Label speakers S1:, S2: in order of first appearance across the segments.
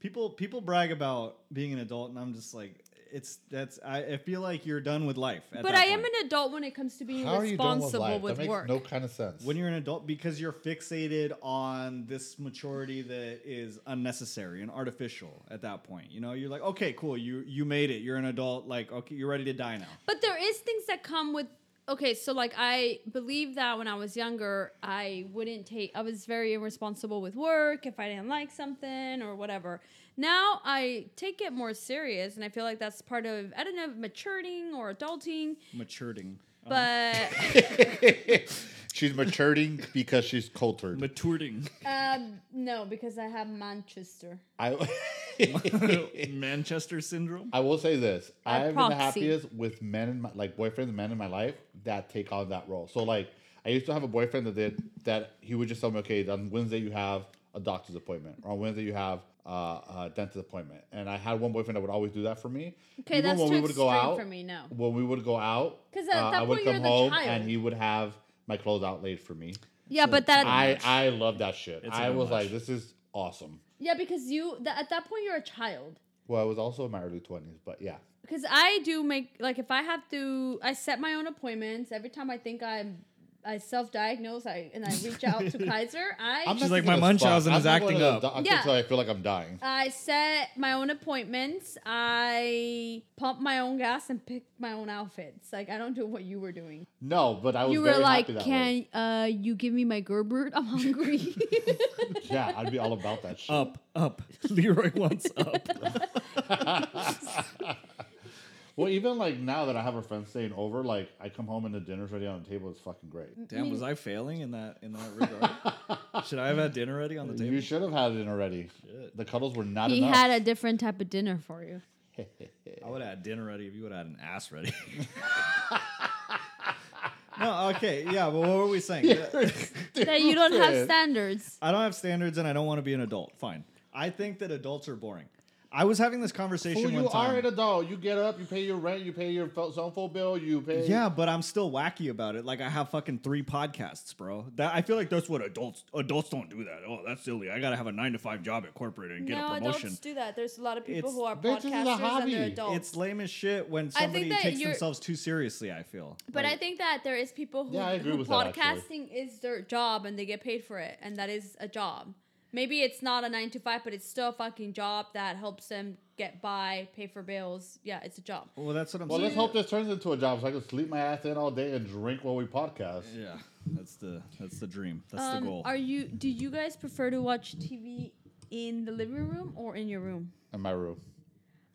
S1: people brag about being an adult, and I'm just like, it's that's. I, I feel like you're done with life. at
S2: But
S1: that
S2: I am
S1: point.
S2: an adult when it comes to being
S3: How are you done with
S2: responsible
S3: life?
S2: with
S3: that makes
S2: work.
S3: no kind of sense.
S1: when you're an adult because you're fixated on this maturity that is unnecessary and artificial at that point. You know, you're like, okay, cool, you you made it. You're an adult. Like, okay, you're ready to die now.
S2: But there is things that come with okay, so like I believe that when I was younger, I wouldn't take I was very irresponsible with work if I didn't like something or whatever. Now I take it more serious and I feel like that's part of I don't know, maturing or adulting,
S3: Uh-huh.
S1: Maturing.
S2: but
S3: she's maturing because she's cultured.
S1: Maturing.
S2: um no, because I have Manchester.
S3: I,
S1: Manchester syndrome.
S3: I will say this:
S2: By
S3: I've been the
S2: proxy.
S3: happiest with men in my like boyfriends, and men in my life that take on that role. So like, I used to have a boyfriend that did that. He would just tell me, "Okay, on Wednesday you have a doctor's appointment, or on Wednesday you have uh, a dentist appointment." And I had one boyfriend that would always do that for me.
S2: Okay, that's too extreme
S3: out,
S2: for me, no.
S3: When we would go out, uh,
S2: 'Cause at that
S3: I would
S2: point, you're
S3: come
S2: the
S3: home
S2: child.
S3: and he would have my clothes outlaid for me.
S2: Yeah, but that
S3: I I love that shit.
S1: It's a
S3: I
S1: bit
S3: was
S1: much.
S3: like, this is awesome.
S2: yeah, because you th- at that point you're a child.
S3: Well, I was also in my early twenties, but yeah.
S2: because I do make like if I have to, I set my own appointments every time I think I'm. I self-diagnose, I and I reach out to Kaiser. I
S1: She's like,
S3: not
S1: "My
S3: gonna go to the spa.
S1: Munchausen
S3: I'm
S1: is
S3: not
S1: acting
S3: going to the
S1: up."
S3: doctor
S2: Yeah.
S3: Until I feel like I'm dying.
S2: I set my own appointments. I pump my own gas and pick my own outfits. Like I don't do what you were doing.
S3: No, but I was.
S2: You were
S3: very
S2: like,
S3: happy that
S2: "Can uh, you give me my Gerbert? I'm hungry."
S3: way. Yeah, I'd be all about that shit.
S1: Up, up. Leroy wants up.
S3: well, even like now that I have a friend staying over, like I come home and the dinner's ready on the table. It's fucking great.
S1: Damn, was I failing in that in that regard? Should I have had dinner ready on the table?
S3: You should have had it in already. The cuddles were not
S2: he
S3: enough.
S2: had a different type of dinner for you.
S1: I would have had dinner ready if you would have had an ass ready. no, okay, yeah, but what were we saying?
S2: that you don't have
S3: Stupid.
S2: standards.
S1: I don't have standards and I don't want to be an adult. Fine. I think that adults are boring. I was having this conversation
S3: Fool,
S1: one
S3: you
S1: time.
S3: are an adult. You get up, you pay your rent, you pay your pho- cell phone bill, you pay.
S1: yeah, but I'm still wacky about it. Like I have fucking three podcasts, bro. That I feel like that's what adults adults don't do that. Oh, that's silly. I gotta have a nine to five job at corporate and get a promotion.
S2: do that. There's a lot of
S1: people It's- who are
S3: This is a podcasters and they're hobby. adults.
S1: It's lame as shit when
S2: think
S1: somebody
S2: that
S1: takes
S2: you're-
S1: themselves too seriously. I feel.
S2: But I
S1: Like,
S2: think that there is people who,
S3: Yeah, I agree
S2: who
S3: with that, actually.
S2: podcasting is their job and they get paid for it, and that is a job. Maybe it's not a nine to five, but it's still a fucking job that helps them get by, pay for bills. Yeah, it's a job.
S1: Well, that's what I'm
S3: Well,
S1: saying.
S3: let's hope this turns into a job so I can sleep my ass in all day and drink while we podcast.
S1: yeah, that's the that's the dream. That's the
S2: Um,
S1: goal.
S2: are you? Do you guys prefer to watch TV in the living room or in your room?
S3: In my room.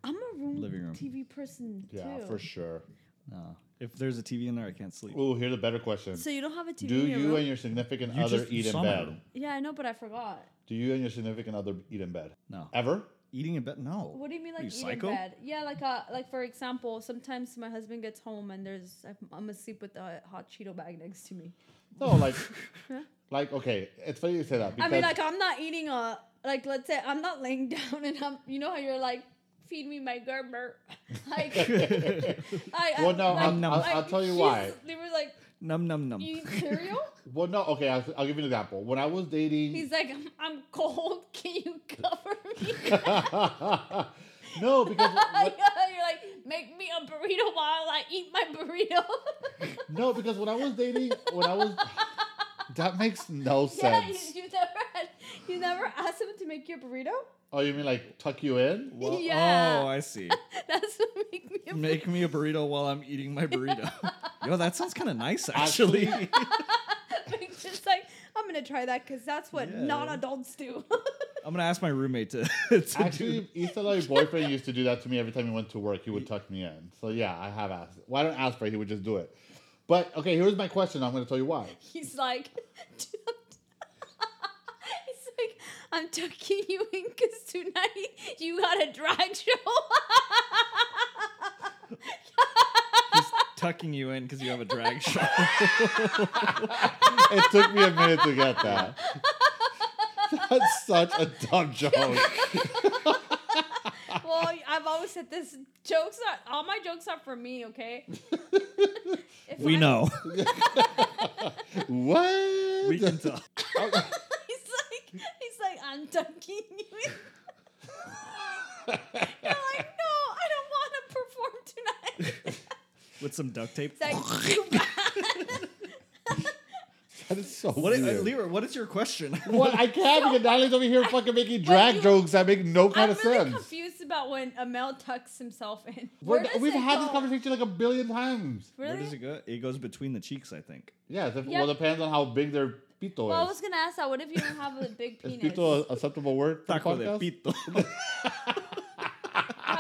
S2: I'm a room,
S1: Living room.
S2: TV person
S3: Yeah,
S2: too.
S3: for sure.
S1: No. If there's a TV in there, I can't sleep.
S3: Ooh, here's a better question.
S2: So you don't have a TV
S3: Do
S2: in your
S3: you
S2: room?
S3: and your significant
S1: You
S3: other
S1: just- you
S3: eat in
S1: saw my
S3: bed?
S1: room.
S2: yeah, I know, but I forgot.
S3: Do you and your significant other eat in bed?
S1: No.
S3: Ever?
S1: Eating in bed? No.
S2: What do you mean,
S1: Are
S2: like
S1: you
S2: eat
S1: psycho?
S2: in bed? Yeah, like uh, like for example, sometimes my husband gets home and there's I'm- I'm asleep with a hot Cheeto bag next to me.
S3: No, like, like okay, it's funny you say that because
S2: I mean, like I'm not eating a like let's say I'm not laying down and I'm you know how you're like feed me my Gerber, like I, I
S3: well, no,
S2: like,
S3: I'll,
S1: num.
S3: I'll,
S2: I-
S3: I'll tell you
S2: she's-
S3: why.
S2: They were like
S1: Num num num.
S2: you eat cereal.
S3: Well, no, okay, I'll, I'll give you an example. When I was dating,
S2: He's like I'm, I'm cold. Can you cover me?
S3: no, because what-
S2: you're like make me a burrito while I eat my burrito.
S3: no, because when I was dating, when I was, that makes no
S2: Yeah, you,
S3: sense.
S2: you never had, you never asked him to make you a burrito.
S3: Oh, you mean like tuck you in?
S1: Well,
S2: Yeah.
S1: Oh, I see.
S2: That's what make me. A
S1: Make me a burrito while I'm eating my burrito. Yo, that sounds kind of nice, actually. I'm
S2: burrito. Just like I'm gonna try that because that's what
S1: Yeah.
S2: non-adults do.
S1: gonna ask my roommate to. to do.
S3: Actually, Isola's boyfriend used to do that to me every time he went to work. He would tuck me in. So yeah, I have asked. Well, I don't ask for it. He would just do it. But okay, here's my question. I'm going to tell you why.
S2: He's like, "Dude, he's like, I'm tucking you in because tonight you got a drag show.
S1: He's tucking you in because you have a drag show.
S3: It took me a minute to get that. That's such a dumb joke.
S2: well, I've always said this. Jokes are all my jokes are for me. Okay. If
S1: we
S2: I-
S1: know.
S3: What?
S1: we can tell.
S2: he's like, he's like, I'm dunking you. in."
S1: get some duct tape?
S2: It's like-
S3: That is so
S1: What,
S3: weird.
S1: uh, Leroy, what is your question?
S3: What I can't because Natalie's over here fucking making drag
S2: you-
S3: jokes that make no kind
S2: I'm
S3: of
S2: really
S3: sense.
S2: confused about when Amel tucks himself in.
S3: We're-
S2: Where does
S3: we've
S2: it
S3: had this
S2: go?
S3: conversation like a billion times.
S1: Where
S2: Really?
S1: does it go? It goes between the cheeks, I think.
S3: Yeah, it's-
S2: Yeah.
S3: well, depends on how big their pito
S2: Well, I was
S3: is.
S2: gonna ask that. What if you don't have a big
S3: Is
S2: penis?
S3: pito a acceptable word? for the
S1: Taco de
S3: podcast?
S1: pito.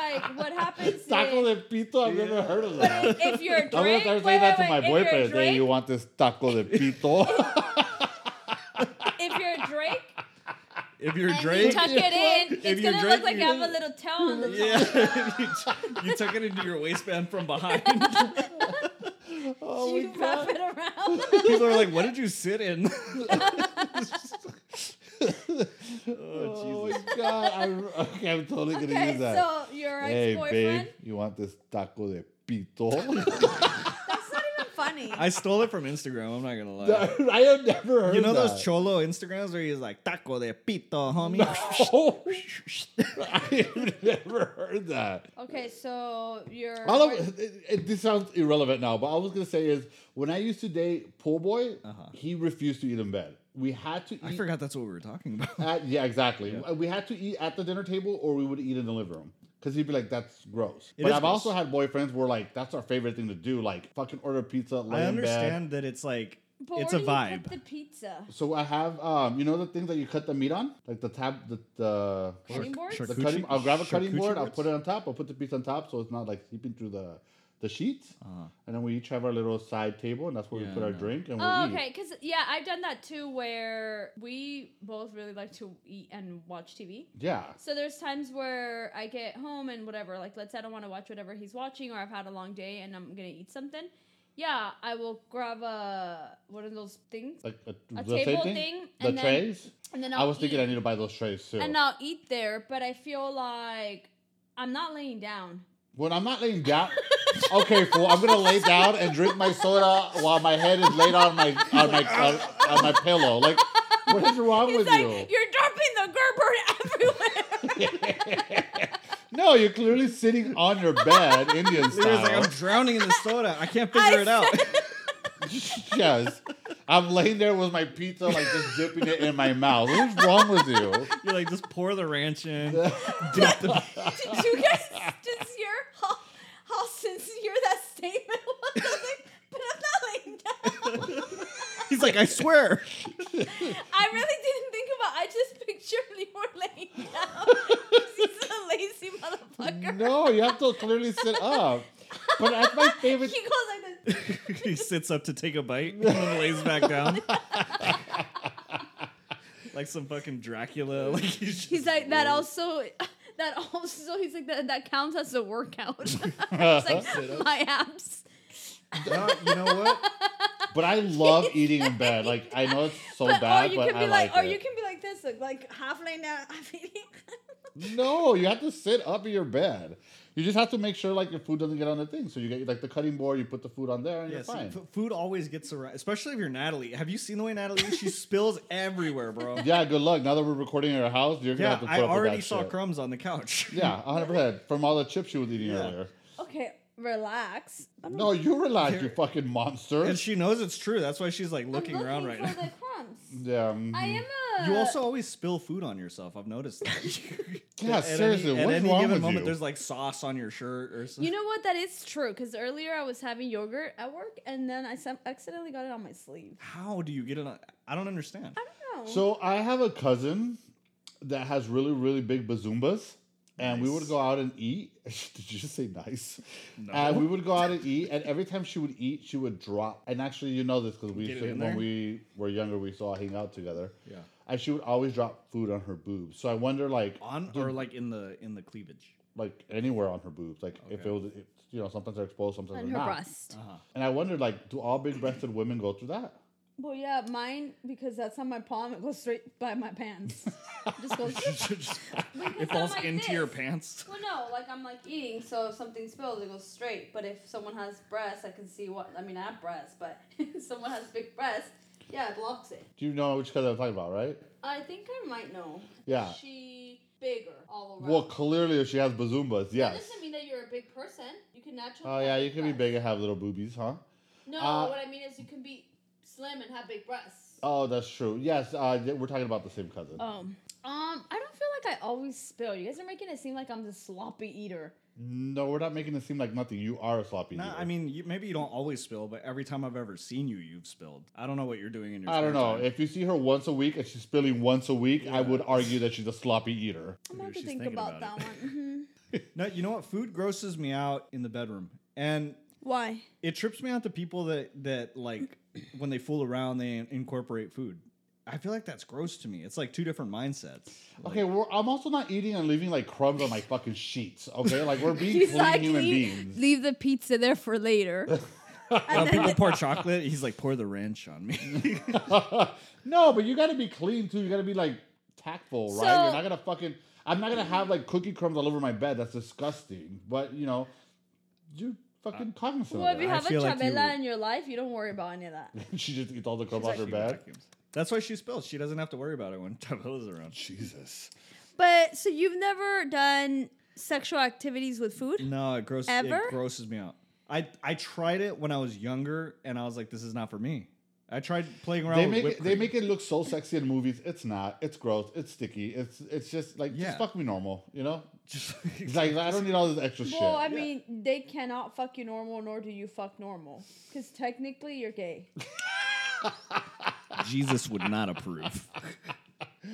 S2: Like, what happens?
S3: Taco
S2: if-
S3: de pito? I've never heard of that.
S2: But if you're a drink,
S3: I'm gonna
S2: wait, wait,
S3: start saying that to
S2: wait,
S3: my
S2: if you're a
S3: boyfriend. Hey,
S2: drink-
S3: you want this taco de pito?
S2: if you're a Drake
S1: if you're
S2: and you
S1: Drake,
S2: tuck it in, it's
S1: you're
S2: gonna
S1: Drake,
S2: look like I
S1: you-
S2: have a little tail on the top.
S1: yeah, you, t- you tuck it into your waistband from behind.
S3: oh
S2: you
S3: my
S2: wrap
S3: god!
S2: it around.
S1: People are like, "What did you sit in?"
S3: Oh
S1: oh Jesus!
S3: my god! I'm, okay, I'm totally gonna
S2: okay,
S3: use that.
S2: so your
S3: hey, babe,
S2: ex-boyfriend.
S3: you want this taco de pito?
S2: That's not even funny.
S1: I stole it from Instagram. I'm not gonna lie.
S3: I have never heard.
S1: you know
S3: that.
S1: those cholo Instagrams where he's like "taco de pito, homie."
S3: Oh, I've never heard that.
S2: okay, so your
S3: All of, it, it- this sounds irrelevant now, but all I was gonna say is when I used to date pool boy,
S1: Uh-huh.
S3: he refused to eat in bed. We had to. Eat
S1: I forgot that's what we were talking about.
S3: At, Uh, yeah, exactly. We had to eat at the dinner table, or we would eat in the living room. Because he'd be like, "That's gross."
S1: It
S3: but
S1: is
S3: I've
S1: gross.
S3: also had boyfriends where like that's our favorite thing to do, like fucking order pizza, lay
S1: I
S3: in bed.
S1: understand that it's like
S2: But
S1: it's a
S2: where do you
S1: vibe.
S2: put the pizza.
S3: So I have, um, you know, the things that you cut the meat on, like the tab, the the,
S2: Cutting boards?
S1: shark-
S3: the cutting. I'll grab a cutting
S1: charcuterie
S3: board. I'll
S1: boards?
S3: put it on top. I'll put the pizza on top, so it's not like seeping through the the sheets.
S1: Uh-huh.
S3: And then we each have our little side table, and that's where
S1: Yeah,
S3: we put our
S1: no.
S3: drink and we
S2: Oh,
S3: eat.
S2: okay. Because yeah, I've done that too, where we both really like to eat and watch TV.
S3: Yeah.
S2: So there's times where I get home and whatever, like let's say I don't want to watch whatever he's watching, or I've had a long day and I'm gonna eat something. Yeah, I will grab a one of those things,
S3: Like a,
S2: a
S3: the same
S2: table
S3: thing.
S2: thing,
S3: The
S2: and then
S3: trays.
S2: and then
S3: I
S2: I'll
S3: was thinking
S2: eat,
S3: I need to buy those trays too.
S2: and I'll eat there, but I feel like I'm not laying down.
S3: When I'm not laying down, okay, fool, I'm gonna lay down and drink my soda while my head is laid on my on my on, on my pillow. Like, what is wrong
S2: It's
S3: with
S2: like
S3: you?
S2: you're dropping the Gerber everywhere.
S3: No, you're clearly sitting on your bed, Indian
S1: Leroy's like,
S3: style.
S1: I'm drowning in the soda. I can't figure it out.
S3: yes, I'm laying there with my pizza, like just dipping it in my mouth. What is wrong with you?
S1: You're like, just pour the ranch in. dip the-
S2: Did you guys just hear how, how sincere that statement was? I was like, but I'm not laying down.
S1: he's like, I swear.
S2: I really didn't think about. I just pictured Leroy laying down. 'cause He's a lazy motherfucker.
S3: No, you have to clearly sit up. But that's my favorite.
S2: He goes like this.
S1: he sits up to take a bite and then lays back down. like some fucking Dracula. Like he's, just
S2: He's like that. Also, that also. He's like that. That counts as a workout. it's like my abs.
S1: No, you know what?
S3: But I love eating in bed. Like I know it's so
S2: But-
S3: bad,
S2: or you
S3: but
S2: can
S3: I
S2: be like,
S3: like
S2: or
S3: it.
S2: you can be like this, like, like half laying down, half eating.
S3: No, you have to sit up in your bed. You just have to make sure like your food doesn't get on the thing. So you get like the cutting board, you put the food on there, and
S1: Yeah,
S3: you're
S1: see,
S3: fine.
S1: f- food always gets around, especially if you're Natalie. Have you seen the way Natalie? is? She spills everywhere, bro.
S3: yeah, good luck. Now that we're recording at your house, you're gonna
S1: Yeah,
S3: have to. Put
S1: I
S3: up with
S1: already
S3: that
S1: saw
S3: shit.
S1: crumbs on the couch.
S3: Yeah, 100 percent from all the chips she was eating
S1: Yeah.
S3: earlier.
S2: Okay, relax. I don't
S3: No, you relax, you
S1: Here-
S3: fucking monster.
S1: And she knows it's true. That's why she's like
S2: I'm
S1: looking around right
S2: for
S1: now.
S2: the crumbs.
S3: yeah, mhm.
S2: I am a.
S1: You also always spill food on yourself. I've noticed that.
S3: Yeah,
S1: At any-
S3: seriously,
S1: at
S3: what's
S1: any
S3: wrong
S1: given
S3: with
S1: moment,
S3: you?
S1: there's like sauce on your shirt or something.
S2: You know what? That is true. Because earlier I was having yogurt at work, and then I some- accidentally got it on my sleeve.
S1: How do you get it on? I don't understand.
S2: I don't know.
S3: So I have a cousin that has really, really big bazoombas. And we would
S1: Nice.
S3: go out and eat. Did you just say nice?
S1: No.
S3: And we would go out and eat, and every time she would eat, she would drop. And actually, you know this because we
S1: Get
S3: used
S1: it
S3: to,
S1: in
S3: when
S1: there?
S3: we were younger, we used to all hang out together.
S1: Yeah.
S3: And she would always drop food on her boobs. So I wonder, like,
S1: On
S3: do-
S1: or like in the in the cleavage.
S3: like anywhere on her boobs, like if
S1: Okay.
S3: it was, it, you know, sometimes they're exposed, sometimes
S2: on
S3: they're
S2: her
S3: not.
S2: breast.
S1: Uh-huh.
S3: And I wondered, like, do all big-breasted women go through that?
S2: Well, yeah, mine because that's on my palm. It goes straight by my pants. Just goes.
S1: it falls
S2: like
S1: into
S2: this.
S1: your pants.
S2: Well, no, like I'm like eating, so if something spills, it goes straight. But if someone has breasts, I can see what. I mean, I have breasts, but if someone has big breasts, yeah, it blocks it.
S3: Do you know which cousin I'm talking about, right?
S2: I think I might know.
S3: Yeah.
S2: She bigger all around.
S3: Well, clearly, if she has bazoombas,
S2: That
S3: yes.
S2: doesn't mean that you're a big person. You can naturally.
S3: Oh yeah,
S2: have
S3: you can be
S2: breasts.
S3: big and have little boobies, huh?
S2: No,
S3: Uh,
S2: what I mean is you can be slim and have big breasts.
S3: Oh, that's true. Yes, uh, th- we're talking about the same cousin.
S2: Um, um, I don't feel like I always spill. You guys are making it seem like I'm the sloppy eater.
S3: No, we're not making it seem like nothing. You are a sloppy.
S1: No,
S3: eater.
S1: I mean, you, maybe you don't always spill, but every time I've ever seen you, you've spilled. I don't know what you're doing in your.
S3: I don't
S1: spare
S3: know.
S1: time.
S3: If you see her once a week and she's spilling once a week, I
S1: Yeah.
S3: would argue that she's a sloppy eater.
S2: I'm
S1: Maybe
S2: about to
S1: she's
S2: think
S1: thinking
S2: about,
S1: about
S2: that one. hmm
S1: no, you know what? Food grosses me out in the bedroom, and
S2: Why?
S1: it trips me out to people that that like when they fool around, they incorporate food. I feel like that's gross to me. It's like two different mindsets. Like,
S3: Okay, well, I'm also not eating and leaving like crumbs on my fucking sheets. Okay, like we're being
S2: He's
S3: clean
S2: like,
S3: human
S2: leave,
S3: beings.
S2: leave the pizza there for later.
S1: when people pour chocolate, he's like, pour the ranch on me.
S3: no, but you got to be clean too. You got to be like tactful, right?
S2: So-
S3: You're not gonna fucking. I'm not gonna have like cookie crumbs all over my bed. That's disgusting. But you know, you fucking cognizant.
S2: well,
S3: of
S2: if you
S3: that.
S1: I
S2: have a
S1: feel like you
S2: chabela
S1: would-
S2: in your life, you don't worry about any of that.
S3: she just eats all the crumbs off her
S1: She
S3: bed.
S1: vacuums. That's why she spills. She doesn't have to worry about it when Tabella's around.
S3: Jesus.
S2: But so you've never done sexual activities with food?
S1: No, it grosses
S2: Ever?
S1: it grosses me out. I I tried it when I was younger, and I was like, this is not for me. I tried playing around.
S3: They
S1: with
S3: make
S1: whipped
S3: it, they
S1: cream.
S3: make it look so sexy in movies. It's not. It's gross. It's sticky. It's it's just like
S1: Yeah.
S3: just fuck me normal. You know.
S1: Just
S3: It's like I don't need all this extra shit.
S2: Well, I
S3: Yeah.
S2: mean, they cannot fuck you normal, nor do you fuck normal. Because technically, you're gay.
S1: Jesus would not approve.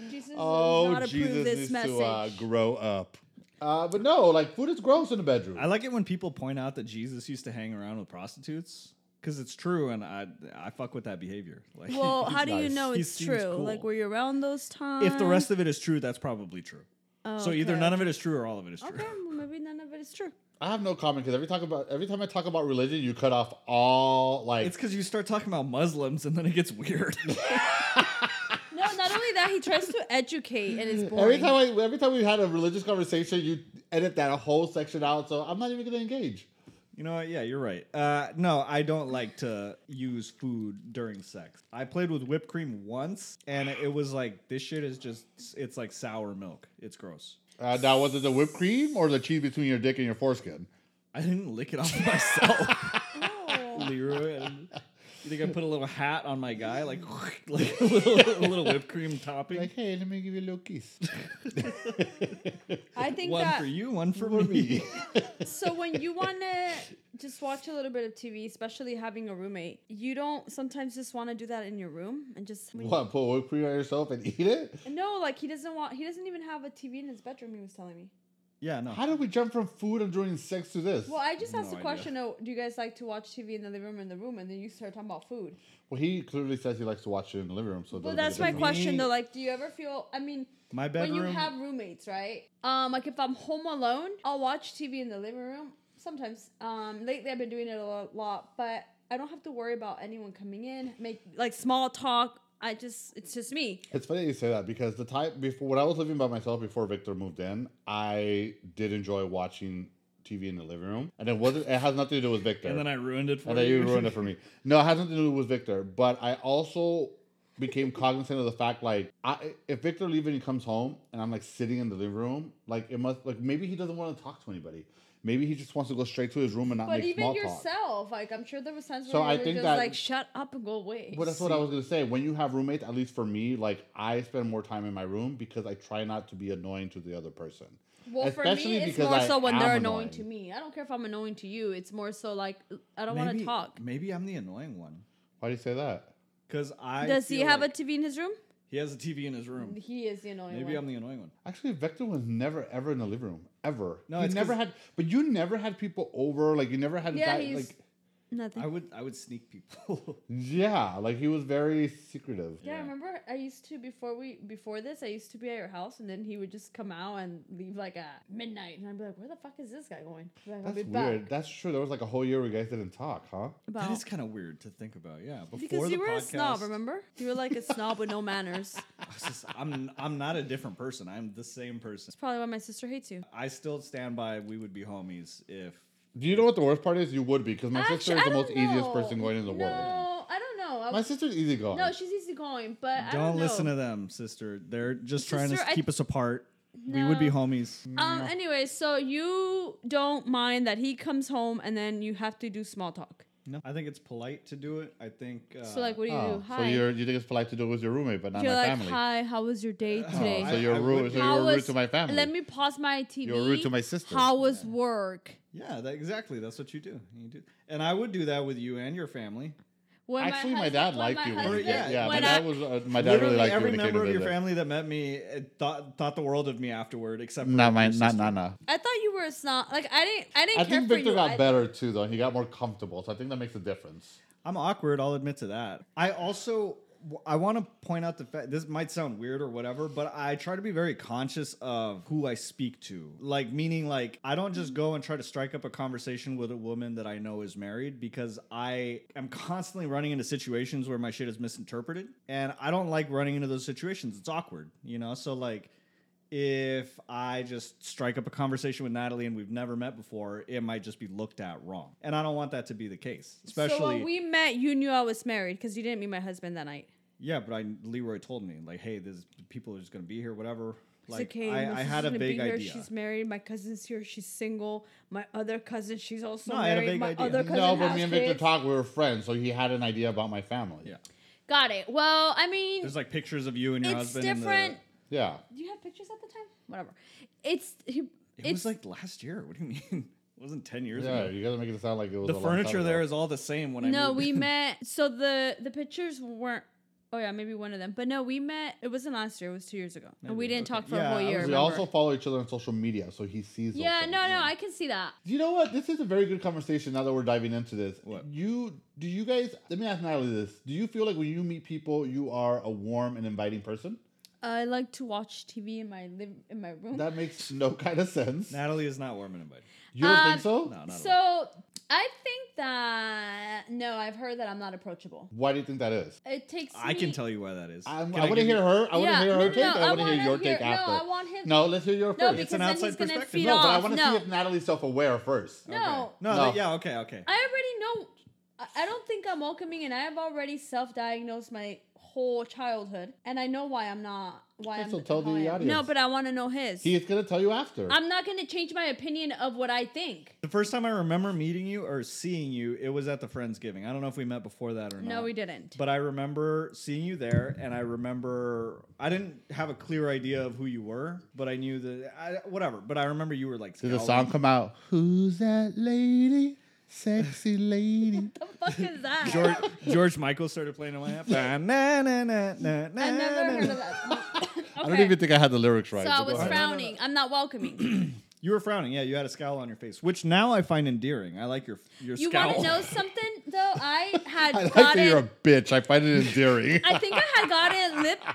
S2: Jesus does
S3: Oh,
S2: not approve
S3: Jesus
S2: this
S3: needs
S2: message.
S3: to uh, grow up. Uh, but no, like food is gross in the bedroom.
S1: I like it when people point out that Jesus used to hang around with prostitutes because it's true, and I I fuck with that behavior. Like,
S2: well, how do you
S3: nice.
S2: know
S1: He
S2: it's
S1: seems
S2: true? Like,
S1: cool.
S2: were you around those times?
S1: if the rest of it is true, that's probably true. So either
S2: um, okay.
S1: none of it is true or all of it is true.
S2: Okay, well, maybe none of it is true.
S3: I have no comment because every talk about every time I talk about religion, you cut off all like.
S1: It's because you start talking about Muslims and then it gets weird.
S2: No, not only that, he tries to educate and it's
S3: every
S2: boring.
S3: time I every time we had a religious conversation, you edit that whole section out. So I'm not even gonna engage.
S1: You know what? Yeah, you're right. Uh, no, I don't like to use food during sex. I played with whipped cream once, and it was like this shit is just it's like sour milk. It's gross.
S3: Uh, now was it the whipped cream or the cheese between your dick and your foreskin?
S1: I didn't lick it off myself,
S2: Oh.
S1: Leroy. and You think I put a little hat on my guy, like like a little, a little whipped cream topping?
S3: Like, hey, let me give you a little kiss.
S2: I think
S1: one
S2: that
S1: for you, one for me.
S2: so when you want to just watch a little bit of TV, especially having a roommate, you don't sometimes just want to do that in your room and just when you-
S3: what? Put whipped cream on yourself and eat it?
S2: no, like he doesn't want he doesn't even have a TV in his bedroom. He was telling me.
S1: yeah, no.
S3: How did we jump from food and during sex to this?
S2: Well, I just asked
S1: No
S2: the
S1: idea.
S2: question: oh, Do you guys like to watch TV in the living room and the room? And then you start talking about food.
S3: Well, he clearly says he likes to watch it in the living room. So it
S2: Well,
S3: doesn't
S2: that's
S3: make
S2: my
S3: a difference.
S2: question
S1: Me-
S2: though. Like, do you ever feel? I mean,
S1: My bedroom.
S2: when you have roommates, right? Um, like if I'm home alone, I'll watch TV in the living room sometimes. Um, lately I've been doing it a lo- lot, but I don't have to worry about anyone coming in, make like small talk. I just, it's just me.
S3: It's funny you say that because the time before when I was living by myself before Victor moved in, I did enjoy watching TV in the living room, and it wasn't. It has nothing to do with Victor.
S1: and then I ruined it for
S3: and then you ruined it for me. No, it has nothing to do with Victor. But I also became cognizant of the fact, like, I, if Victor leaves and he comes home, and I'm like sitting in the living room, like it must, like maybe he doesn't want to talk to anybody. Maybe he just wants to go straight to his room and not
S2: But
S3: make
S2: even
S3: small
S2: yourself,
S3: talk.
S2: like I'm sure there was times
S3: So
S2: where
S3: I
S2: you were
S3: think
S2: just
S3: that-
S2: like, shut up and go away.
S3: Well, that's what I was gonna say. When you have roommates, at least for me, like I spend more time in my room because I try not to be annoying to the other person.
S2: Well, for
S3: especially
S2: me, it's
S3: because
S2: more
S3: I
S2: so when
S3: am
S2: they're annoying.
S3: annoying.
S2: to me. I don't care if I'm annoying to you. It's more so like I don't want to
S1: Maybe-
S2: talk.
S1: Maybe I'm the annoying one
S3: Why do you say that?
S1: because I
S2: Does he
S1: feel
S2: have
S1: like
S2: a TV in his room?
S1: he has a TV in his room.
S2: He is the annoying
S1: Maybe
S2: one.
S1: I'm the annoying one.
S3: Actually, Victor was never ever in the living room ever.
S1: No,
S3: No, he
S1: it's
S3: never
S1: 'cause-
S3: had. But you never had people over. Like you never had.
S2: Yeah,
S3: guy-
S2: he's-
S3: like
S2: Nothing.
S1: I would I would sneak people.
S3: yeah, like he was very secretive.
S2: Yeah,
S1: Yeah.
S2: remember I used to before we before this I used to be at your house and then he would just come out and leave like at midnight and I'd be like, where the fuck is this guy going? He's like, "I'll
S3: That's
S2: be
S3: weird.
S2: back."
S3: That's true. There was like a whole year where you guys didn't talk, huh?
S1: that
S2: About-
S1: is kind of weird to think about. Yeah, before
S2: because
S1: the
S2: you were a snob,
S1: podcast,
S2: remember? You were like a snob with no manners.
S1: I was just- I'm I'm not a different person. I'm the same person.
S2: That's probably why my sister hates you.
S1: I still stand by we would be homies if
S3: Do you know what the worst part is? You would be because my sister is the most easiest person going in the
S2: no,
S3: world.
S2: No, I don't know. I
S3: My
S2: was,
S3: sister's easy going.
S2: no, she's easygoing, but I
S1: don't
S2: don't know.
S1: listen to them, sister. They're just trying to
S2: Sister,
S1: s-
S2: I-
S1: keep us apart. We would be
S2: No.
S1: homies.
S2: Um. Anyway, so you don't mind that he comes home and then you have to do small talk.
S1: No, I think it's polite to do it. I think. Uh,
S2: So like, what do you do?
S3: Oh, so
S2: Hi.
S3: you're, you think it's polite to do it with your roommate, but not
S2: You're
S3: my
S2: like,
S3: family.
S2: hi. How was your day
S1: Oh,
S2: today?
S3: So
S1: I-
S3: you're
S1: I
S3: rude.
S1: would-
S3: So
S2: How
S3: you're rude
S2: was-
S3: to my family.
S2: Let me pause my TV.
S3: You're rude to my sister.
S2: How was work?
S1: yeah, that, exactly. That's what you do. You do, and I would do that with you and your family.
S2: When
S3: Actually, my
S2: husband-
S3: dad
S2: when
S3: liked
S2: my
S3: you. when
S2: husband-
S3: you came. yeah, my
S2: when
S3: dad
S2: I-
S3: was. Uh, my dad really
S1: Literally
S3: liked you
S1: every
S3: when he came
S1: member
S3: to
S1: of your
S3: visit.
S1: family that met me uh, thought thought the world of me afterward, except for
S3: Not my,
S1: your
S3: not
S1: sister.
S3: Nana.
S2: I thought you were a snob. Like I didn't. I didn't
S3: I
S2: care
S3: think
S2: for
S3: Victor
S2: you.
S3: got
S2: I-
S3: better too, though. He got more comfortable, so I think that makes a difference.
S1: I'm awkward. I'll admit to that. I also I want to point out the fact this might sound weird or whatever, but I try to be very conscious of who I speak to. Like meaning like I don't just go and try to strike up a conversation with a woman that I know is married because I am constantly running into situations where my shit is misinterpreted and I don't like running into those situations. It's awkward, you know? So like if I just strike up a conversation with Natalie and we've never met before, it might just be looked at wrong. And I don't want that to be the case. Especially
S2: So when we met, you knew I was married because you didn't meet my husband that night.
S1: Yeah, but I Leroy told me like, hey, this people are just gonna be here, whatever. Like
S2: it's okay.
S1: I,
S2: my
S1: I
S2: sister's
S1: had a
S2: gonna
S1: big
S2: be here.
S1: idea.
S2: She's married. My cousin's here. She's single. My other cousin, she's also
S1: No, I had a
S2: married.
S1: vague
S2: my
S1: idea. No,
S2: other cousin
S3: No, but
S2: has
S3: me and Victor
S2: kids.
S3: talked. We were friends, so he had an idea about my family.
S1: Yeah,
S2: Got it. Well, I mean,
S1: there's like pictures of you and your
S2: it's
S1: husband.
S2: different.
S3: Yeah.
S2: Do you have pictures at the time? Whatever. It's he,
S1: In the, it
S2: it's
S1: was like last year. What do you mean? it wasn't ten years
S3: Yeah,
S1: ago.
S3: you guys are making it sound like it was
S1: The
S3: a long time
S1: furniture there
S3: ago.
S1: is all the same. When I
S2: no,
S1: moved
S2: we
S1: in.
S2: met. So the the pictures weren't. Oh yeah, maybe one of them. But no, we met. It wasn't last year. It was two years ago, and we
S1: Maybe,
S2: didn't
S1: okay.
S2: talk for
S1: Yeah,
S2: a whole
S1: I
S2: year.
S1: was-
S3: We
S2: remember?
S3: also follow each other on social media, so he sees. those
S2: yeah,
S3: things.
S2: no, no, I can see that.
S3: You know what? This is a very good conversation. Now that we're diving into this,
S1: What?
S3: you do you guys? Let me ask Natalie this: Do you feel like when you meet people, you are a warm and inviting person?
S2: I like to watch TV in my live in my room.
S3: That makes no kind of sense.
S1: Natalie is not warm and inviting.
S3: You don't
S2: Um,
S3: think so?
S1: No, not at all.
S2: so I think that no, I've heard that I'm not approachable.
S3: Why do you think that is?
S2: It takes.
S1: I can
S2: me-
S1: tell you why that is.
S3: I'm,
S1: Can
S3: I want to
S1: give you-
S3: hear her. I want to
S2: Yeah,
S3: hear
S2: no, no,
S3: her take.
S2: no,
S3: I want to hear
S2: wanna
S3: your take
S2: no,
S3: after.
S2: I want his.
S3: No, let's hear your
S2: No,
S3: first.
S2: because
S1: an
S2: then
S1: outside
S2: he's gonna
S1: perspective.
S2: feed
S3: no,
S2: off.
S3: but I want to
S2: no,
S3: see if Natalie's self-aware first.
S2: no,
S1: Okay. No.
S3: No.
S1: that- yeah. Okay. Okay.
S2: I already know. I- I don't think I'm welcoming, and I have already self-diagnosed my whole childhood, and I know why I'm not. Why
S3: Okay,
S2: I'm
S3: so tell
S2: how
S3: the
S2: I am.
S3: audience.
S2: No, but I want to know his.
S3: He is gonna tell you after.
S2: I'm not gonna change my opinion of what I think.
S1: the first time I remember meeting you or seeing you, it was at the friendsgiving. I don't know if we met before that or not.
S2: No, we didn't.
S1: But I remember seeing you there, and I remember I didn't have a clear idea of who you were, but I knew that I, whatever. But I remember you were like,
S3: Did the
S1: scowling.
S3: song come out? Who's that lady? Sexy lady.
S2: the fuck is that?
S1: George, George Michael started playing in my head. Na, na, na, na, na,
S2: I never
S1: na,
S2: heard
S1: na.
S2: of that. okay.
S3: I don't even think I had the lyrics right.
S2: so I
S3: but go
S2: was
S3: ahead.
S2: frowning. I'm not welcoming.
S1: You were frowning. Yeah, you had a scowl on your face, which now I find endearing. I like your your
S2: you
S1: scowl.
S2: want to know something though? I had
S3: I like that you're
S2: gotten.
S3: a bitch. I find it endearing.
S2: I think I had gotten lips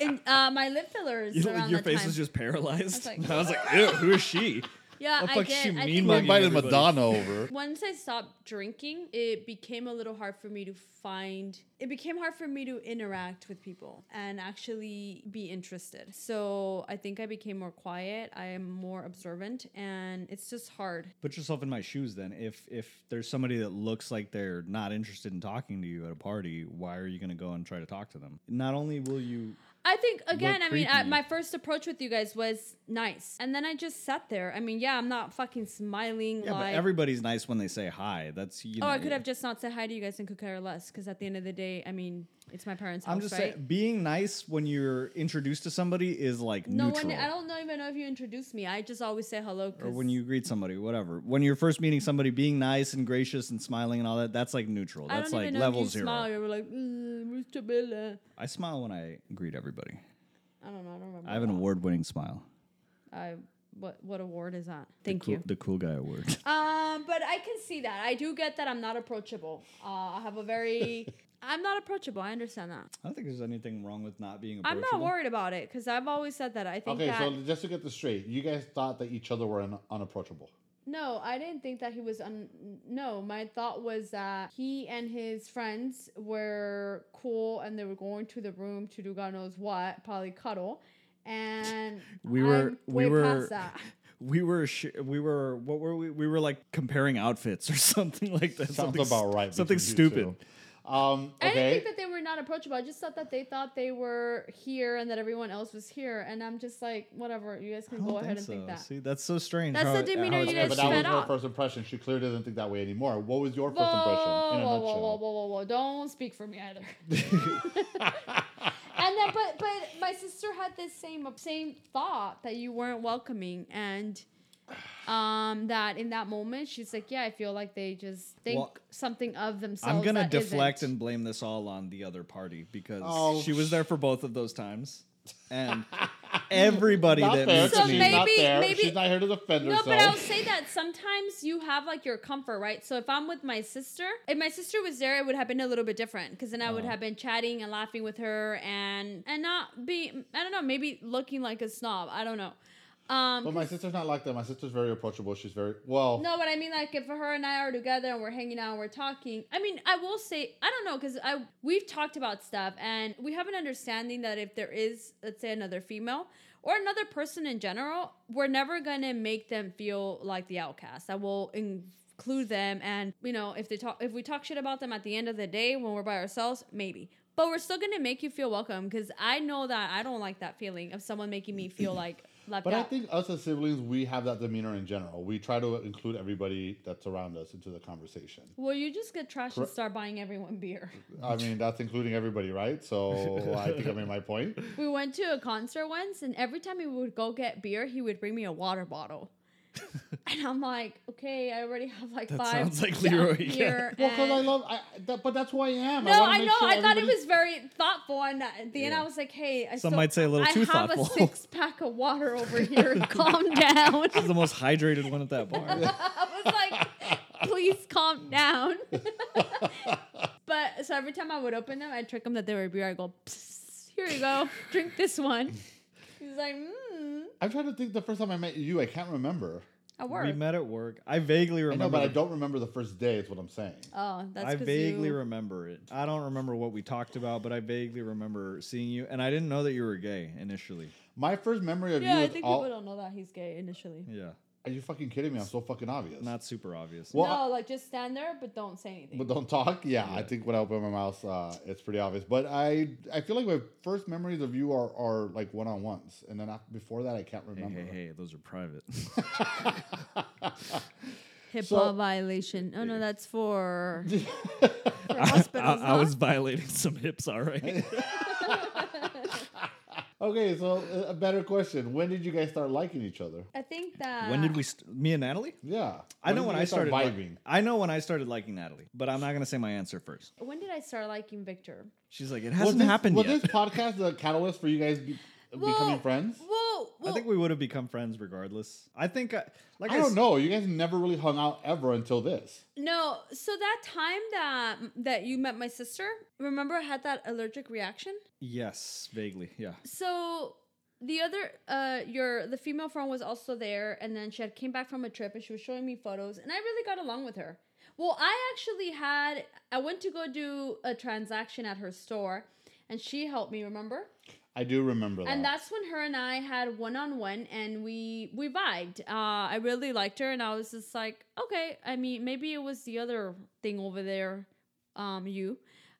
S2: in uh, my lip fillers.
S1: You know,
S2: around
S1: your
S2: that
S1: face
S2: time.
S1: was just paralyzed.
S2: I was like-
S1: I was like, ew, who is she?
S2: Yeah,
S1: What the
S2: I
S1: fuck
S2: did.
S1: she
S2: I
S1: mean
S2: think
S1: by
S3: We
S2: I-
S1: Invited
S3: invited
S1: everybody.
S3: Madonna over.
S2: once I stopped drinking, it became a little hard for me to find. It became hard for me to interact with people and actually be interested. So I think I became more quiet. I am more observant, and it's just hard.
S1: Put yourself in my shoes then. If if there's somebody that looks like they're not interested in talking to you at a party, why are you going to go and try to talk to them? Not only will you
S2: I think again. I mean, I,
S1: creepy.
S2: my first approach with you guys was nice, and then I just sat there. I mean, yeah, I'm not fucking smiling
S1: Yeah,
S2: like.
S1: but everybody's nice when they say hi. That's you.
S2: oh,
S1: know,
S2: I could have just not said hi to you guys and could care less. Because at the end of the day, I mean, it's my parents' house,
S1: I'm just
S2: right?
S1: saying, being nice when you're introduced to somebody is like
S2: no
S1: neutral.
S2: one. I don't know, even know if you introduced me. I just always say hello.
S1: or
S2: 'cause-
S1: when you greet somebody, whatever. When you're first meeting somebody, being nice and gracious and smiling and all that, that's like neutral.
S2: I
S1: That's
S2: don't
S1: like
S2: even know
S1: level
S2: if you
S1: zero.
S2: smile. You were like, "Mm, Mr. Bella.
S1: I smile when I greet everybody.
S2: I don't know. I don't remember.
S1: I have an
S2: that.
S1: award-winning smile.
S2: I what what award is that? Thank
S1: Cool-
S2: you.
S1: The cool guy award.
S2: Um, but I can see that. I do get that I'm not approachable. Uh, I have a very. I'm not approachable. I understand that.
S1: I don't think there's anything wrong with not being.
S2: I'm
S1: Approachable.
S2: not worried about it because I've always said that. I think
S3: Okay,
S2: that
S3: so just to get this straight, you guys thought that each other were un- unapproachable.
S2: no, I didn't think that he was. Un- no, my thought was that he and his friends were cool and they were going to the room to do God knows what, probably cuddle. And
S1: We were.
S2: I'm
S1: we
S2: way
S1: were.
S2: past that.
S1: We were. Sh- we were. What were we? We were like comparing outfits or something like that.
S3: Sounds about right.
S1: Something
S3: between you
S1: stupid.
S3: two. Um,
S2: I didn't
S3: okay.
S2: think that they were not approachable. I just thought that they thought they were here and that everyone else was here. And I'm just like, whatever. You guys
S1: I
S2: can
S1: don't
S2: go
S1: think
S2: ahead and
S1: so.
S2: Oh, think that.
S1: See, that's so strange.
S2: That's
S1: how
S2: the
S1: it- how
S2: demeanor
S1: it's
S2: you
S3: Yeah,
S2: guys
S1: supposed
S3: but
S1: to
S3: that
S1: be.
S2: fed
S3: was her
S2: up.
S3: first impression. She clearly doesn't think that way anymore. What was your
S2: Whoa,
S3: first impression? In a
S2: whoa, whoa,
S3: nutshell?
S2: whoa, whoa, whoa, whoa! Don't speak for me either. and then, but but my sister had this same same thought that you weren't welcoming, and um, that in that moment she's like, yeah, I feel like they just think
S1: Well,
S2: something of themselves.
S1: I'm gonna
S2: that
S1: deflect
S2: isn't.
S1: and blame this all on the other party because
S3: Oh,
S1: she was there for both of those times, and everybody
S3: Not
S1: that
S3: fair.
S1: meets
S2: So
S1: me.
S3: she's not
S2: maybe-
S3: there.
S2: maybe-
S3: She's not here to defend
S2: No,
S3: herself.
S2: but I'll say that sometimes you have like your comfort, right? So if I'm with my sister, if my sister was there, it would have been a little bit different because then I would
S1: Uh-huh.
S2: have been chatting and laughing with her and and not be I don't know maybe looking like a snob. I don't know. Um,
S3: But my sister's not like that. My sister's very approachable. She's very well.
S2: no, but I mean, like, if her and I are together and we're hanging out and we're talking, I mean, I will say, I don't know, because I we've talked about stuff and we have an understanding that if there is, let's say, another female or another person in general, we're never gonna make them feel like the outcast. I will include them, and you know, if they talk, if we talk shit about them at the end of the day when we're by ourselves, maybe. But we're still gonna make you feel welcome because I know that I don't like that feeling of someone making me feel like left
S3: But
S2: out.
S3: I think us as siblings, we have that demeanor in general. We try to include everybody that's around us into the conversation.
S2: well, you just get trash and
S3: Correct.
S2: start buying everyone beer.
S3: I mean, that's including everybody, right? So I think I made my point.
S2: We went to a concert once, and every time we would go get beer, he would bring me a water bottle. and I'm like, okay, I already have like
S1: That
S2: five.
S1: sounds like
S2: down
S1: Leroy, yeah.
S2: Here,
S3: Well, because I
S2: and-
S3: love, I, that, but that's who I am.
S2: No,
S3: wanna
S2: I
S3: make
S2: know.
S3: sure
S2: I thought it
S3: everybody-
S2: was very thoughtful, and at the end,
S1: Yeah.
S2: I was like, hey, I
S1: Some
S2: still-
S1: might say a little
S2: I
S1: too
S2: have
S1: thoughtful.
S2: a six pack of water over here. calm down.
S1: She's the most hydrated one at that bar.
S2: I was like, please calm down. but so every time I would open them, I'd trick him that they were beer. I go, "Psst, here you go, drink this one. He's like, mm,
S3: I'm trying to think the first time I met you. I can't remember.
S2: I
S1: we
S2: work.
S1: met at work. I vaguely
S3: I
S1: remember.
S3: know, but I
S1: the-
S3: don't remember the first day. Is what I'm saying.
S2: oh, that's
S1: I
S2: 'cause
S1: vaguely
S2: you-
S1: remember it. I don't remember what we talked about, but I vaguely remember seeing you, and I didn't know that you were gay initially.
S3: My first memory of
S2: Yeah,
S3: you
S2: I
S3: is
S2: think
S3: all.
S2: people don't know that he's gay initially.
S1: Yeah,
S3: Are you fucking kidding me? I'm so fucking obvious.
S1: not super obvious.
S3: Well, I-
S2: no, like just stand there, but don't say anything.
S3: But don't talk. Yeah, I
S1: Yeah.
S3: think when I open my mouth, uh, it's pretty obvious. But I, I feel like my first memories of you are, are like one on ones, and then after, before that, I can't
S1: hey,
S3: remember.
S1: hey, hey, those are private.
S2: HIPAA
S3: so-
S2: violation. Oh no, that's for, for
S1: I,
S2: hospitals.
S1: I- I
S2: huh?
S1: was violating some hips, all right.
S3: Okay, so uh, a better question: When did you guys start liking each other?
S2: I think that.
S1: when did we? St- me and Natalie.
S3: Yeah,
S1: I know
S3: did
S1: when
S3: you
S1: I
S3: guys start
S1: started li-
S3: vibing.
S1: I know when I started liking Natalie, but I'm not gonna say my answer first.
S2: When did I start liking Victor?
S1: She's like, it
S3: Was
S1: hasn't
S3: this-
S1: happened
S3: was
S1: yet.
S3: this podcast the catalyst for you guys be- becoming friends?
S2: Whoa, whoa.
S1: I think we would have become friends regardless. I think, I, like
S3: I
S1: I,
S3: don't
S1: s-
S3: know. You guys never really hung out ever until this.
S2: No, so that time that that you met my sister, remember I had that allergic reaction?
S1: Yes, vaguely. Yeah.
S2: So the other uh your the female friend was also there and then she had came back from a trip and she was showing me photos and I really got along with her. Well, I actually had I went to go do a transaction at her store and she helped me, remember?
S3: I do remember that.
S2: And that's when her and I had one on one, and we we vibed. Uh, I really liked her, and I was just like, okay. I mean, maybe it was the other thing over there, um, you,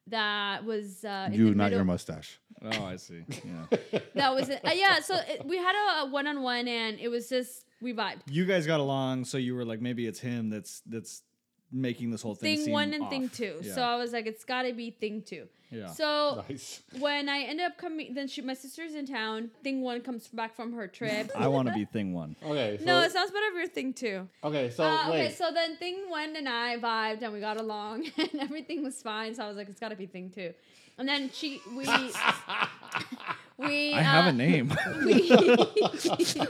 S2: that was uh, in the middle-
S3: mustache.
S1: Oh, I see. Yeah.
S2: that was it. Uh, yeah. So it, we had a one on one, and it was just we vibed.
S1: you guys got along, so you were like, maybe it's him that's that's making this whole thing.
S2: Thing
S1: seem
S2: one and thing
S1: off.
S2: two.
S1: Yeah.
S2: So I was like, it's got to be thing two.
S1: yeah.
S2: So
S3: Nice.
S2: when I ended up coming, then she, my sister's in town. Thing one comes back from her trip.
S1: I want to be thing one.
S3: Okay. So,
S2: No, it sounds better if you're thing two.
S3: okay.
S1: Oh,
S3: So
S2: Uh,
S3: wait.
S2: okay, so then thing one and I vibed and we got along and everything was fine. So I was like, it's got to be thing two. And then she, we, we,
S1: I have
S2: uh,
S1: a name.
S2: We,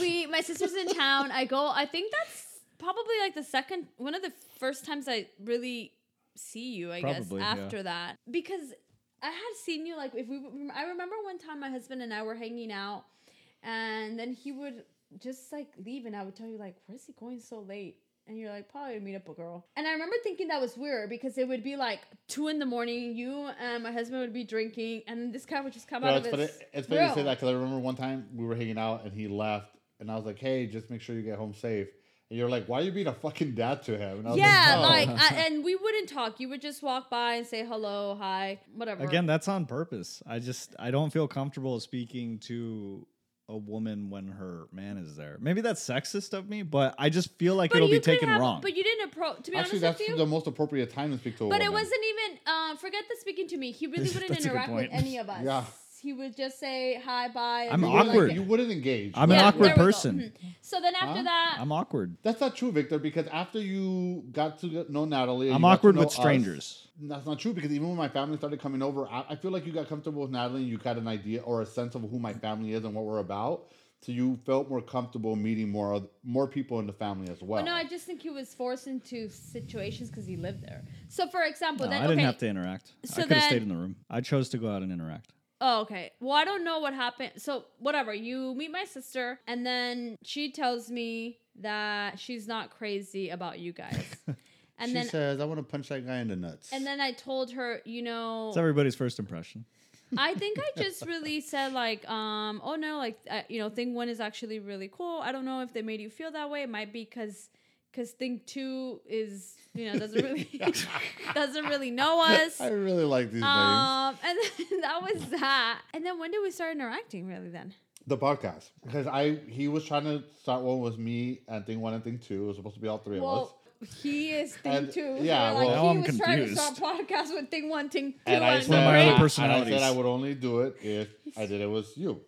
S2: we, my sister's in town. I go. I think that's probably like the second, one of the first times I really see you. I
S1: Probably, yeah.
S2: guess after that because I had seen you like if we. I remember one time my husband and I were hanging out and then he would just like leave and i would tell you like where's he going so late and you're like probably to meet up a girl and i remember thinking that was weird because it would be like two in the morning you and my husband would be drinking and then this guy would just come
S3: No,
S2: out
S3: it's
S2: of
S3: funny.
S2: his
S3: It's funny to say
S2: room.
S3: that because I remember one time we were hanging out and he left, and I was like, "Hey, just make sure you get home safe." And you're like, why are you being a fucking dad to him? And I was
S2: yeah,
S3: "No."
S2: like, I, and we wouldn't talk. You would just walk by and say hello, hi, whatever.
S1: Again, that's on purpose. I just I don't feel comfortable speaking to a woman when her man is there. Maybe that's sexist of me, but I just feel like it'll be
S2: you could
S1: taken
S2: have-
S1: wrong.
S2: But you didn't approach. To be
S3: Actually,
S2: honest
S3: that's
S2: with you,
S3: the most appropriate time to speak to a
S2: But
S3: woman.
S2: it wasn't even. Uh, forget the speaking to me. He really wouldn't
S1: That's a good
S2: interact with
S1: point.
S2: any of us.
S3: Yeah.
S2: He would just say hi, bye. and
S1: I'm
S2: then
S3: You wouldn't, like,
S1: awkward.
S3: you wouldn't engage.
S1: I'm an
S2: Yeah,
S1: awkward
S2: there we go.
S1: person.
S2: Mhm. So then after
S3: Huh?
S2: that,
S1: I'm awkward.
S3: That's not true, Victor, because after you got to get- know Natalie, and
S1: I'm
S3: you got to
S1: awkward
S3: know
S1: with
S3: us-
S1: strangers.
S3: that's not true because even when my family started coming over, I, I feel like you got comfortable with Natalie and you got an idea or a sense of who my family is and what we're about. So you felt more comfortable meeting more oth- more people in the family as
S2: Well,
S3: well.
S2: oh, no, I just think he was forced into situations because he lived there. So, for example,
S1: No,
S2: then
S1: I didn't
S2: okay.
S1: have to interact.
S2: So
S1: I could have
S2: then-
S1: stayed in the room. I chose to go out and interact.
S2: Oh, okay. Well, I don't know what happened. So, whatever. You meet my sister, and then she tells me that she's not crazy about you guys. And
S4: she
S2: then,
S4: says, "I want to punch that guy in the nuts."
S2: and then I told her, you know,
S1: It's everybody's first impression.
S2: I think I just really said like, um, oh no, like uh, you know, thing one is actually really cool. I don't know if they made you feel that way. It might be because because thing two is you know doesn't really doesn't really know us.
S4: I really like these names.
S2: Um, and then that was that. And then when did we start interacting really? Then
S3: the podcast because I he was trying to start one with me and thing one and thing two. It was supposed to be all three of us.
S2: well, he is thing
S3: And-
S2: two.
S3: yeah,
S2: We're
S3: well-
S2: like,
S1: Now
S2: he
S1: I'm
S2: was trying to
S1: confused.
S2: start a podcast with thing one, thing two,
S3: And I, said,
S1: one of my other
S3: I-
S2: three.
S3: and I
S1: personalities.
S3: said I would only do it if I did it with you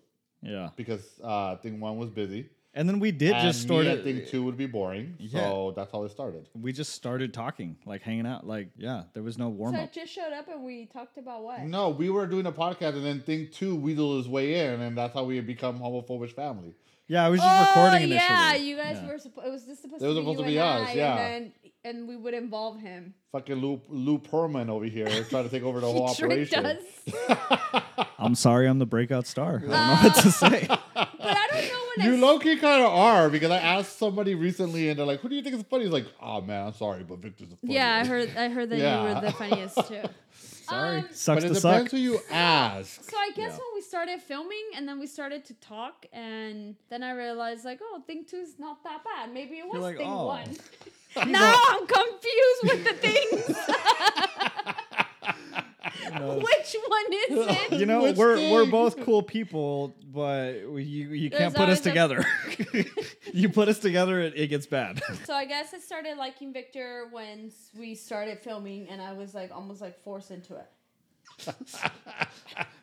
S1: Yeah.
S3: because uh, thing one was busy.
S1: And then we did
S3: and
S1: just
S3: me,
S1: started.
S3: I think two would be boring. So that's how it started.
S1: we just started talking, like hanging out. Like, yeah, there was no warm
S2: So I
S1: up.
S2: just showed up and we talked about what.
S3: uh, No, we were doing a podcast, and then thing two weasel his way in, and that's how we had become homophobic family.
S1: Yeah, I was just
S2: Oh
S1: recording initially.
S2: yeah, you guys
S1: Yeah.
S2: were. Suppo- it was just supposed
S3: It was
S2: to be
S3: supposed
S2: you
S3: to be
S2: and
S3: us,
S2: I,
S3: yeah.
S2: and then and we would involve him.
S3: Fucking Lou Lou Perman over here trying to take over the whole
S2: he tricked
S3: operation.
S2: us,
S1: I'm sorry, I'm the breakout star. I don't know
S2: Ah.
S1: what to say.
S2: but I don't know when
S3: You
S2: I.
S3: low key kind of are because I asked somebody recently, and they're like, "Who do you think is funny?" He's like, "Oh man, I'm sorry, but Victor's the funny."
S2: yeah, I heard. I heard that you
S3: Yeah.
S2: were the funniest too.
S1: sorry,
S2: Um,
S1: sucks
S3: But it
S1: to suck.
S3: depends who you ask.
S2: So I guess
S3: Yeah.
S2: when we started filming, and then we started to talk, and then I realized like, oh, thing two is not that bad. Maybe it was
S1: like,
S2: thing
S1: oh.
S2: one. now I'm confused with the things. Which one is it?
S1: You know,
S3: Which
S1: we're we're
S3: thing?
S1: both cool people, but we, you you can't
S2: There's
S1: put us
S2: always a-
S1: together. you put us together, it, it gets bad.
S2: So I guess I started liking Victor when s- we started filming, and I was like almost like forced into it.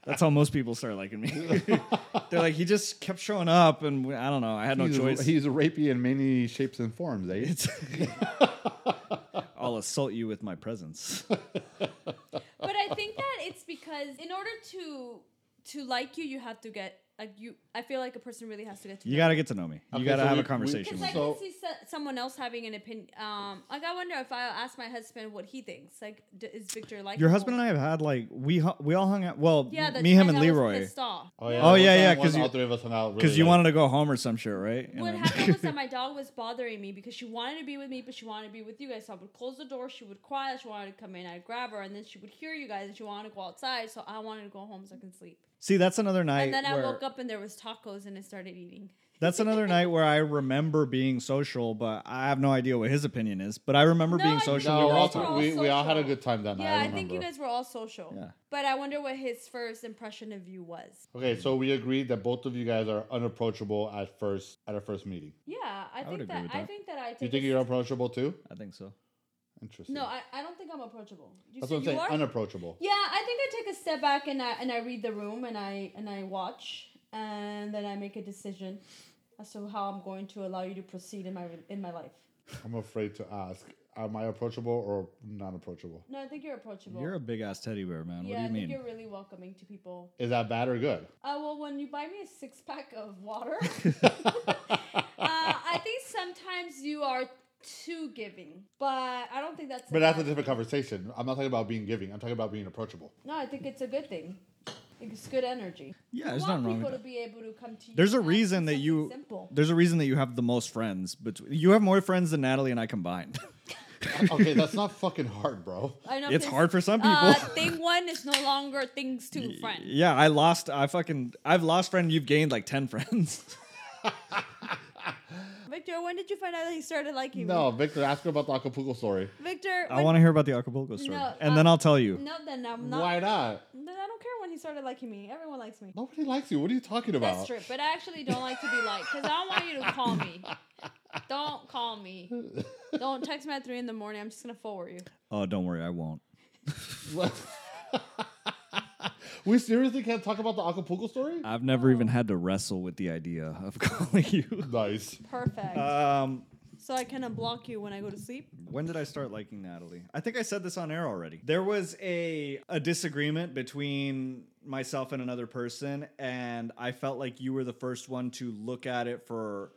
S1: That's how most people start liking me. They're like, he just kept showing up, and we- I don't know. I had no
S3: he's,
S1: choice.
S3: he's rapey in many shapes and forms. Eh?
S1: It's- I'll assault you with my presence.
S2: But I think that it's because in order to to like you, you have to get like you. I feel like a person really has to get to.
S1: You gotta get to know me. You
S3: Okay,
S1: gotta
S3: so
S1: have
S3: we-
S1: a
S3: we-
S1: conversation.
S2: because
S1: with me.
S2: I
S3: So-
S2: can see so- someone else having an opinion. Um, like I wonder if I ask my husband what he thinks. Like, d- is Victor like
S1: Your husband and I have had like we hu- we all hung out. Well,
S2: Yeah, that's
S1: me, him,
S2: and
S1: and
S2: I was
S1: Leroy.
S2: pissed off.
S1: Oh,
S3: that
S1: yeah,
S3: one
S1: yeah,
S3: time
S1: 'cause
S3: when
S1: you-
S3: all three of us hung out
S1: Because
S3: really
S1: you
S3: late.
S1: wanted to go home or some shit, right? And
S2: What
S1: then-
S2: happened was that my dog was bothering me because she wanted to be with me, but she wanted to be with you guys. So I would close the door, she would cry, she wanted to come in, I'd grab her, and then she would hear you guys, and she wanted to go outside. So I wanted to go home so I can sleep.
S1: See, that's another night.
S2: And then I
S1: where,
S2: woke up and there was tacos, and I started eating.
S1: That's another night where I remember being social, but I have no idea what his opinion is. But I remember
S2: No, I
S1: being
S2: think
S1: social.
S3: No,
S1: we were all
S3: all
S1: talking.
S2: were all
S3: we, we all had a
S2: social.
S3: good time that night.
S2: yeah, I,
S3: remember.
S2: think you guys were all social.
S1: Yeah.
S2: But I wonder what his first impression of you was.
S3: Okay, so we agreed that both of you guys are unapproachable at first at our first meeting.
S2: Yeah, I,
S1: would
S2: think
S1: agree
S2: that,
S1: with
S2: I
S1: that.
S2: think that I take
S3: You think
S2: a-
S3: you're unapproachable too?
S1: I think so.
S3: Interesting.
S2: No, I, I don't think I'm approachable. You
S3: that's
S2: said
S3: what I'm saying.
S2: you are?
S3: Unapproachable.
S2: Yeah, I think I take a step back and I and I read the room and I and I watch and then I make a decision as to how I'm going to allow you to proceed in my re- in my life.
S3: I'm afraid to ask. Am I approachable or non approachable?
S2: No, I think you're approachable.
S1: You're a big ass teddy bear, man.
S2: yeah,
S1: what do
S2: I
S1: you mean?
S2: think you're really welcoming to people.
S3: Is that bad or good?
S2: Uh, well, when you buy me a six pack of water, uh, I think sometimes you are too giving, but I don't think that's.
S3: But that's a
S2: bad-
S3: different conversation. I'm not talking about being giving. I'm talking about being approachable.
S2: No, I think it's a good thing. It's good energy.
S1: Yeah,
S2: You
S1: there's
S2: want
S1: nothing wrong
S2: people
S1: with
S2: to be able to come to you.
S1: There's a
S2: and ask
S1: reason that
S2: something
S1: you.
S2: simple.
S1: There's a reason that you have the most friends. Between you have more friends than Natalie and I combined.
S3: Okay, that's not fucking hard, bro.
S2: I know
S1: It's
S2: 'cause,
S1: hard for some
S2: Uh,
S1: people.
S2: thing one is no longer things two friend.
S1: yeah, I lost. I fucking. I've lost friend. You've gained like ten friends.
S2: Victor, when When did you find out that he started liking me?
S3: No, Victor, ask her about the Acapulco story.
S2: Victor.
S1: I
S2: when-
S1: want to hear about the Acapulco story,
S2: No,
S1: and
S2: uh,
S1: then I'll tell you.
S2: No, then I'm not.
S3: Why not?
S2: Then I don't care when he started liking me. Everyone likes me.
S3: Nobody likes you. What are you talking about?
S2: That's true. But I actually don't like to be liked because I don't want you to call me. Don't call me. Don't text me at three in the morning. I'm just gonna forward you.
S1: Oh, don't worry, I won't.
S3: we seriously can't talk about the Acapulco story?
S2: Uh,
S1: I've never even
S2: Oh.
S1: had to wrestle with the idea of calling you.
S3: Nice.
S2: Perfect.
S1: Um,
S2: so I can unblock you when I go to sleep.
S1: When did I start liking Natalie? I think I said this on air already. There was a a disagreement between myself and another person, and I felt like you were the first one to look at it for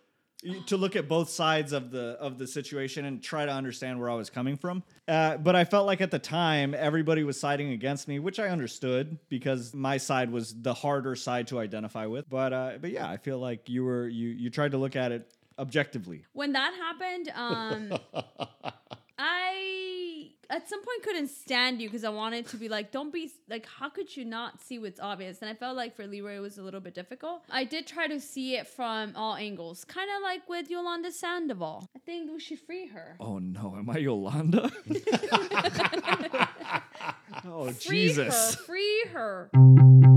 S1: to look at both sides of the of the situation and try to understand where I was coming from. Uh, but I felt like at the time everybody was siding against me, which I understood because my side was the harder side to identify with. But uh, but yeah, I feel like you were you you tried to look at it objectively.
S2: When that happened, um, I at some point couldn't stand you because I wanted to be like, don't be like, how could you not see what's obvious? And I felt like for Leroy it was a little bit difficult. I did try to see it from all angles, kind of like with Yolanda Sandoval. I think we should free her.
S1: Oh no, am I Yolanda? oh
S2: Free
S1: Jesus.
S2: her, free her.